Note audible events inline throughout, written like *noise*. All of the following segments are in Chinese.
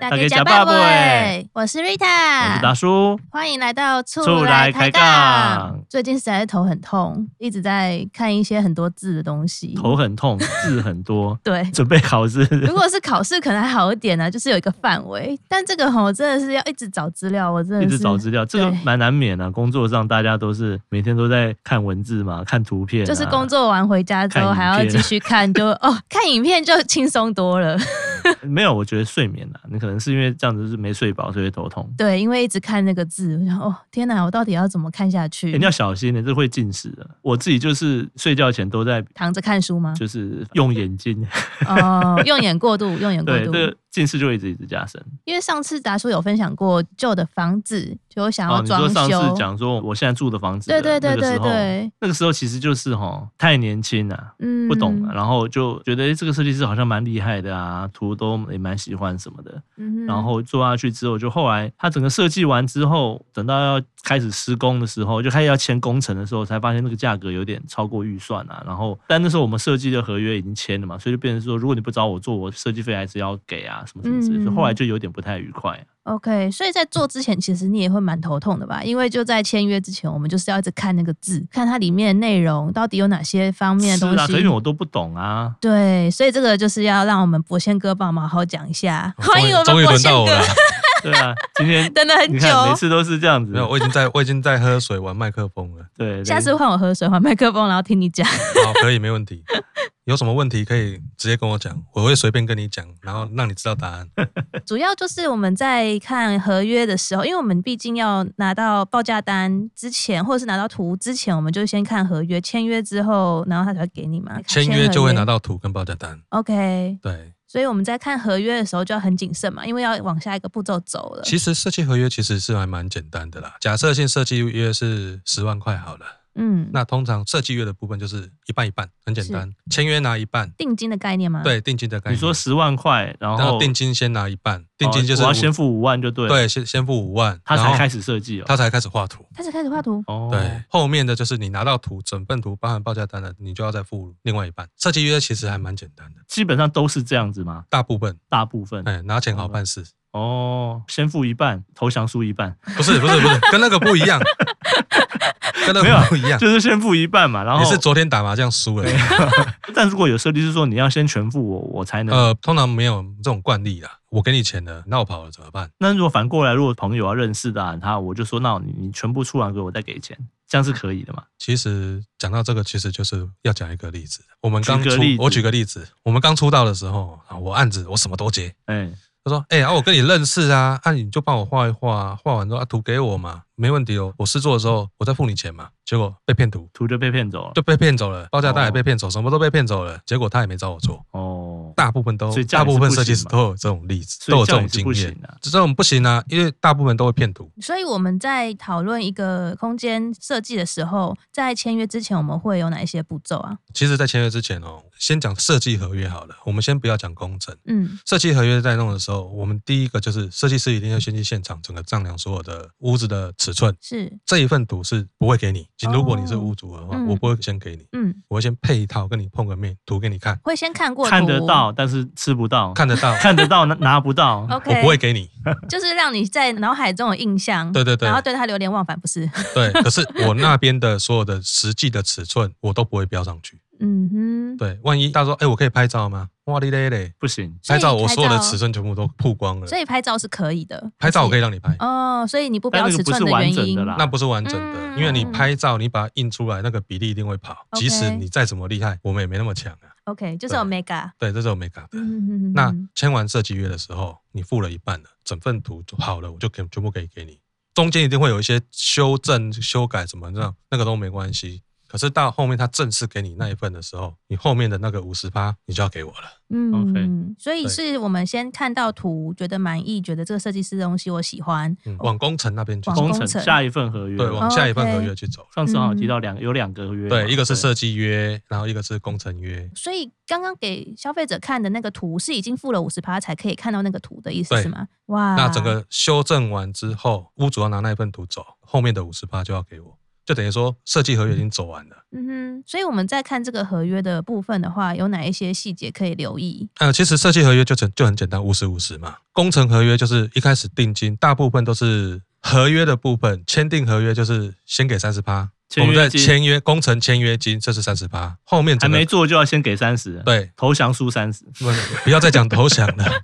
大家家吃拜饱拜未，我是我是达 Rita，叔，欢迎来到厝出内来开开杠杠。最近实在是头很痛，一直在看一些很多字的东西。，头很痛，字很多 *laughs* 对，准备考试。如果是考试可能还好一点呢、啊就是有一个范围。但这个吼真的是要一直找资料，我真的 *laughs* 一是直找资料，这个对蛮难免啊。工作上大家都是每天都在看文字嘛，看图片啊、就是工作完回家之后看影片还要继续看，就 *laughs* 哦看影片就轻松多了。 *laughs* 没有，我觉得睡眠啊，你可能是因为这样子是没睡饱，所以会头痛。对，因为一直看那个字，然后哦天哪，我到底要怎么看下欸去你？要小心，你这会近视的。我自己就是睡觉前都在躺着看书 *laughs* 吗？就是用 *laughs* 眼睛，哦，用眼过度，用眼过对，这度。个近视就会一直一直加深。因为上次达叔有分享过旧的房子，就想要哦你装说上修。次讲说我现在住的房子对的，对对对那个时候，对，那个时候其实就是哈太年轻了、嗯不懂啊，然后就觉得、诶这个设计师好像蛮厉害的啊，图都也蛮喜欢什么的。嗯哼然后做下去之后，就后来他整个设计完之后，等到要开始施工的时候，就开始要签工程的时候，才发现那个价格有点超过预算啊。然后，但那时候我们设计的合约已经签了嘛，所以就变成说，如果你不找我做，我设计费还是要给啊，什么什么之类的。嗯所以后来就有点不太愉快、 OK，所以在做之前，其实你也会蛮头痛的吧？因为就在签约之前，我们就是要一直看那个字，看它里面的内容到底有哪些方面的是东啊，可西。是因为我都不懂啊。对，所以这个就是要让我们博宪哥帮我们好好讲一下。 *laughs* 欢迎我终们于博轮宪到我哥，了，*laughs* 对啊，今天等了很你久。哦看每次都是这样子嗯没。有，我已经在我已经在喝水玩麦克风了。对，下次换我喝水，换麦克风，然后听你讲。好，可以，没问题。有什么问题可以直接跟我讲，我会随便跟你讲，然后让你知道答案。主要就是我们在看合约的时候，因为我们毕竟要拿到报价单之前，或者是拿到图之前，我们就先看合约，签约之后，然后他才会给你嘛。签约就会拿到。到图跟报价单。 OK，对，所以我们在看合约的时候就要很谨慎嘛，因为要往下一个步骤走了。其实设计合约其实是还蛮简单的啦。假设性设计约是十万块好了，嗯，那通常设计约的部分就是一半一半，很简单，签约拿一半，定金的概念吗？，对，定金的概你念。说十万块，然然后后定金先拿一半，定金就是哦我要五先付五万就对了，对，先先付五万，他然才后开始设计哦。他才开始画图。开始开始画图。哦，对，后面的就是你拿到图，整份图包含报价单了，你就要再付另外一半。设计约其实还蛮简单的，基本上都是这样子吗？大部分，大部分哎，拿钱好办事，哦，先付一半，投降输一 *laughs* 半，不是不是不是，跟那个不一 *laughs* 样，跟那没有个不一样。就是先付一半嘛。然你后是昨天打麻将输了，但如果有设计师说你要先全付我，我才能。呃，通常没有这种惯例啦。我给你钱了，那我跑了怎么办？那如果反过来，如果朋友要认识的、啊、他，我就说那你你全部出完给我再给钱，这样是可以的嘛？其实讲到这个，其实就是要讲一个例子。我们刚举出个例，子我举个例子，我们刚出道的时候啊，我案子我什么都接，哎、他说：“哎、啊，我跟你认识啊，啊，你就帮我画一画啊，画完之后啊，图给我嘛，没问题哦。我试做的时候，我再付你钱嘛。结果被骗图，图就被骗走了。就被骗走了，报价哦单也被骗走，什么都被骗走了。结果他也没找我做，哦，大部分都所以，这样大也是部分不行设计师嘛都有这种例子，所都以有这这样种也是经不行验。的、啊。这种不行啊，因为大部分都会骗图。所以我们在讨论一个空间设计的时候，在签约之前，我们会有哪一些步骤啊？其实，在签约之前哦，先讲设计合约好了，我们先不要讲工程。嗯设计合约在弄的时候，我们第一个就是设计师一定要先去现场整个丈量所有的屋子的尺寸，是，这一份图是不会给你。如果你是屋主的话，哦嗯我不会先给你，嗯，我会先配一套跟你碰个面，图给你看，会先看过图看得到，但是吃不到；哦看 *laughs* 得到，看得到，拿拿不到。我，OK，不会给你。就是让你在脑海中有印象，对对对然后对他流连忘返，不 *laughs* 是？对，可是我那边的所有的实际的尺寸，我都不会标上去。嗯哼，对，万一他说，哎，我可以拍照吗？哇哩嘞嘞，不行，所以拍照我拍所有的照尺寸全部都曝光了所。以拍照是可以的，拍照我可以让你拍，哦，所以你不但标那尺个不寸是完原整因的啦。那不是完整的，嗯因为你嗯拍照，你把它印出来，那个比例一定会跑。 OK 即使你再怎么厉害，我们也没那么强啊。 o k 就是有对 mega。对，这是我没搞的。嗯那签完设计约的时候，你付了一半了，整份图就好了，我就给全部可以给你。中间一定会有一些修正、修改什么那样，那个都没关系。可是到后面他正式给你那一份的时候，你后面的那个五十趴你就要给我了。嗯，所以对是我们先看到图，觉得满意，觉得这个设计师的东西我喜欢，嗯，往工程那边去哦往走，工工程程哦下一份合约，哦对，往下一份合约 OK 去走。上次好像有提到两有两个合约嘛，对，一个是设计约，然后一个是工程约。所以刚刚给消费者看的那个图是已经付了五十趴才可以看到那个图的意思对是吗？哇，那整个修正完之后，屋主要拿那一份图走，后面的五十趴就要给我。就等于说设计合约已经走完了。嗯哼，所以我们在看这个合约的部分的话，有哪一些细节可以留意？呃，其实设计合约就很就很简单，五十五十嘛。工程合约就是一开始定金，大部分都是合约的部分，签订合约就是先给三十趴，签我约们在金签约工程签约金这是三十趴，后面还整个没做就要先给三十，，对，投降输三十，不不要再讲投降了， *laughs*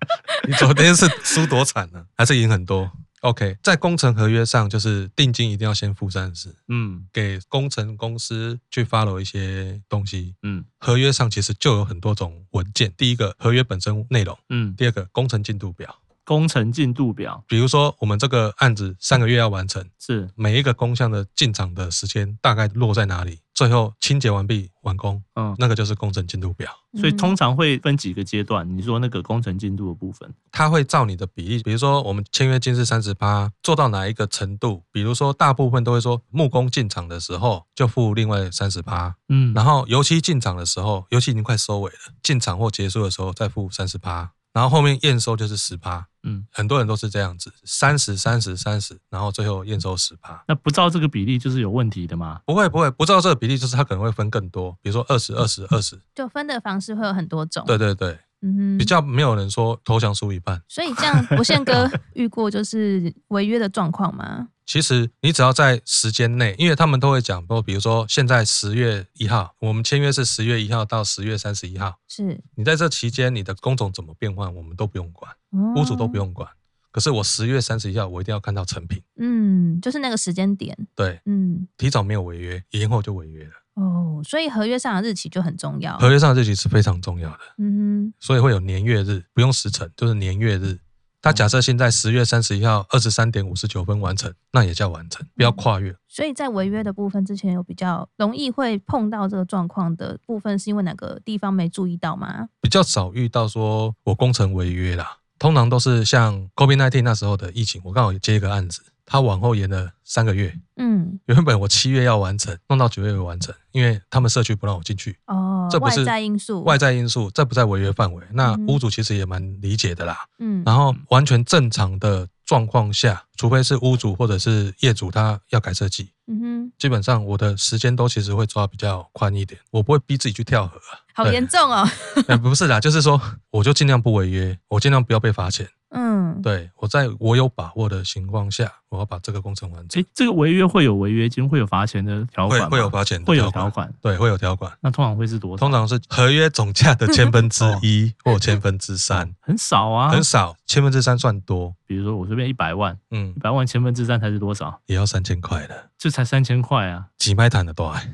你昨天是输多惨呢、还是赢很多？OK，在工程合约上就是定金一定要先付三十，嗯给工程公司去 follow 一些东西。嗯合约上其实就有很多种文件，第一个合约本身内容，嗯，第二个工程进度表。工程进度表比如说我们这个案子三个月要完成，是，每一个工项的进场的时间大概落在哪里，最后清洁完毕完工，嗯，那个就是工程进度表。所以嗯通常会分几个阶段。你说那个工程进度的部分，它会照你的比例，比如说我们签约金是三十八，做到哪一个程度？比如说大部分都会说木工进场的时候就付另外三十八，嗯然后油漆进场的时候，油漆已经快收尾了，进场或结束的时候再付三十八，然后后面验收就是十八。嗯，很多人都是这样子，三十、三十、三十，然后最后验收十八。那不照这个比例就是有问题的嘛？不会不会，不照这个比例，就是它可能会分更多，比如说二十、二十、二十。就分的方式会有很多种。对，对对，嗯哼，比较没有人说投降输一半。所以这样，不宪 *laughs* 哥遇过就是违约的状况吗？其实你只要在时间内，因为他们都会讲说，比如说现在十月一号，我们签约是十月一号到十月三十一号，是，你在这期间你的工种怎么变换，我们都不用管，哦屋主都不用。用管。可是我十月三十一号，我一定要看到成品。嗯，就是那个时间点。对，嗯，提早没有违约，延后就违约了。哦，所以合约上的日期就很重要。合约上的日期是非常重要的。嗯所以会有年月日，不用时辰，就是年月日。他假设现在十月三十一号二十三点五十九分完成，那也叫完成，不要跨越哼，。所以在违约的部分之前有比较容易会碰到这个状况的部分，是因为哪个地方没注意到吗？比较少遇到说我工程违约啦，通常都是像 COVID 1 9那时候的疫情，我刚好接一个案子，他往后延了三个月。嗯，原本我七月要完成，弄到九月完成，因为他们社区不让我进去，哦，这不是外在因素，外在因素，这不在违约范围。那嗯屋主其实也蛮理解的啦。嗯，然后完全正常的状况下，除非是屋主或者是业主他要改设计，嗯基本上我的时间都其实会抓比较宽一点，我不会逼自己去跳河啊 *laughs* 哼。，好严重哦，呃，不是啦，就是说我就尽量不违约，我尽量不要被罚钱。嗯，对我在我有把握的情况下，我要把这个工程完成诶，，这个违约会有违约金，会有罚钱的条款会吗，会有罚钱的会有条，款，对，会有条款，那通常会是多少？通常是合约总价的千分之 *laughs* 一或千分之三，很少哦啊，很少，千分之三算多，比如说我随便一百万，嗯一，百万千分之三才是多少？也要三千块的，这才三千块啊！几麦坦的多爱，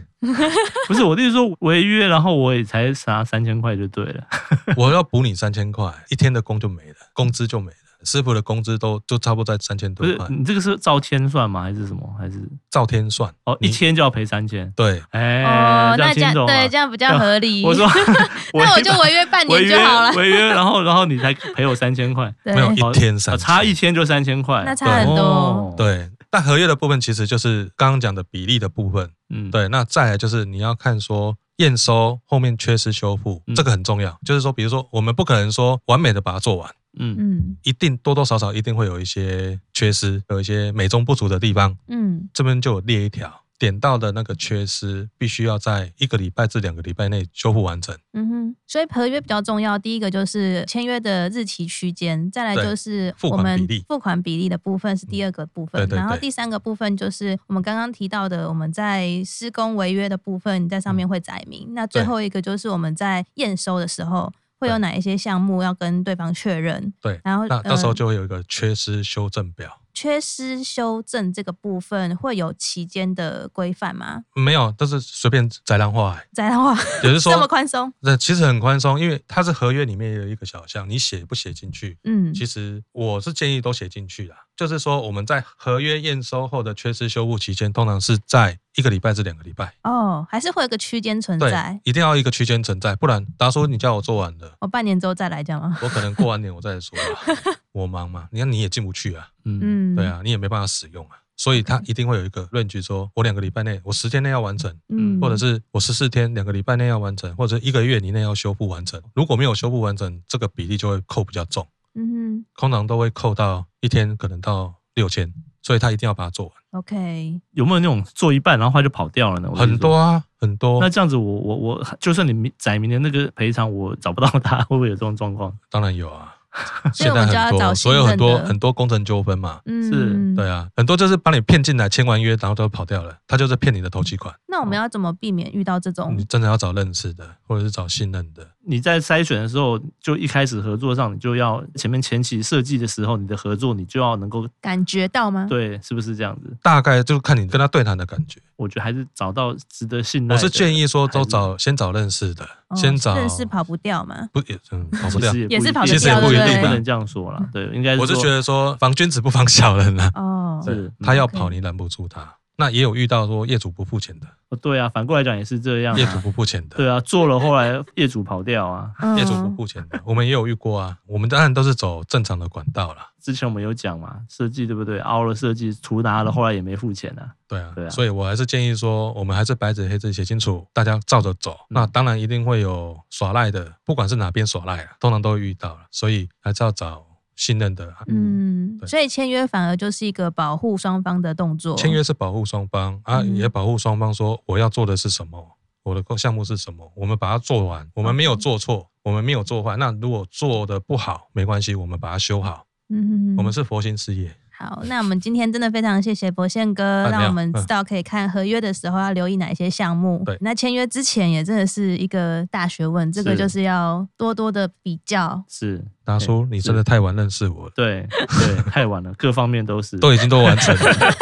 不是我的意思说违约，然后我也才拿三千块就对了。 *laughs* 我要补你三千块，一天的工就没了，工资就没了，师傅的工资都就差不多在三千不多是嗯块，你这个是照天算吗？还是什么？还是照天算，哦你一千就要赔三千？对，哎、哦，这那样这听样懂吗对，这样比较合理。，*laughs* 我说 *laughs* 那我就违 *laughs* 约半违年就约好了。违约，然后然后你才赔我三千块，对没，有一哦天三啊千差一千就三千块，那差很多哦，对，但合约的部分其实就是刚刚讲的比例的部分。嗯，对，那再来就是你要看说验收后面缺失修复，嗯这个很重要。就是说，比如说我们不可能说完美的把它做完，嗯，嗯一定多多少少一定会有一些缺失，有一些美中不足的地方。嗯这边就有列一条，点到的那个缺失必须要在一个礼拜至两个礼拜内修复完成。嗯哼，所以合约比较重要。第一个就是签约的日期区间，再来对就是付我款们比例付款比例的部分是第二个部分，对对然后对第三个部分就是我们刚刚提到的，我们在施工违约的部分在上面会载明。那最嗯对后一个就是我们在验收的时候。会有对哪一些项目要跟对方确认？对，然后那到时候呃就会有一个缺失修正表。缺失修正这个部分会有期间的规范吗？没有，都是随便宰量化、欸，在的话，也就是说这么宽松？那其实很宽松，因为它是合约里面有一个小项，你写不写进去，嗯，其实我是建议都写进去啦。就是说我们在合约验收后的缺失修复期间，通常是在一个礼拜至两个礼拜，哦，还是会有个区间存对在，。一定要一个区间存在，不然达叔你叫我做完了，我半年之后再来啊讲吗？我可能过完年我再 *laughs* 说啦，我忙嘛，你看你也进不去啊，嗯，嗯，对，啊，你也没办法使用啊，所以它一定会有一个论据，说我两个礼拜内，我十天内要完成，嗯，或者是我十四天两个礼拜内要完成，或者是一个月以内要修复完成。如果没有修复完成，这个比例就会扣比较重，嗯通常都会扣到一天可能到六千，所以他一定要把它做完。哼， OK，有没有那种做一半然后他就跑掉了呢？我就很说多啊，很多那。这样子我，我我就算你明载明年那个赔偿，我找不到他，会不会有这种状况？当然有啊， *laughs* 所以现我在们就要很找多，信所以有很多任的很多工程纠纷嘛。嗯，对。啊，很多就是把你骗进来，签完约，然后都跑掉了，他就是骗你的头期款。那我们要怎么避免遇到这种你？真的要找认识的，或者是找信任的。你在筛选的时候，就一开始合作上，你就要前面前期设计的时候，你的合作你就要能够感觉到吗？对，是不是这样子？大概就看你跟他对谈的感觉。我觉得还是找到值得信赖的。我是建议说，都还是找先找认识的，哦，先找认识跑不掉嘛。不也嗯跑其不掉实。也是跑得其实也掉不一对不定对不能这样说啦。对，应该我是说觉得说，防君子不防小人啊，哦，是嗯他要跑 OK 你拦不住他。那也有遇到说业主不付钱的，哦对啊，反过来讲也是这样、业主啊。不付钱的，对啊，做了后来业主跑掉啊。嗯业主不付钱的，我们也有遇过啊。我们当然都是走正常的管道啦，之前我们有讲嘛，设计对不对？凹了设计，图拿了，后来也没付钱啊。对啊对啊，所以我还是建议说，我们还是白纸黑字写清楚，大家照着走。嗯那当然一定会有耍赖的，不管是哪边耍赖啊，通常都会遇到了，所以还是要找信任的啊。嗯，对所以签约反而就是一个保护双方的动作。签约是保护双方啊，哦嗯也保护双方说我要做的是什么，我的项目是什么，我们把它做完，我们没有做哦错，我们没有做坏。那如果做的不好，没关系，我们把它修好。嗯，我们是佛心事业，好，那我们今天真的非常谢谢博宪哥，哎没让有我们知道可以看合约的时候要留意哪一些项目。对那签约之前也真的是一个大学问，这个是就是要多多的比较。是，大叔，对你真的太晚认识我了，对对，太晚了，各方面都 *laughs* 是都已经都完成 *laughs* 了。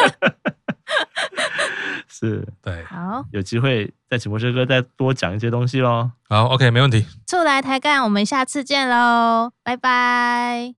是。对，好，有机会再请博士哥再多讲一些东西喽。好，OK，没问题。出来抬杠，我们下次见喽，拜拜。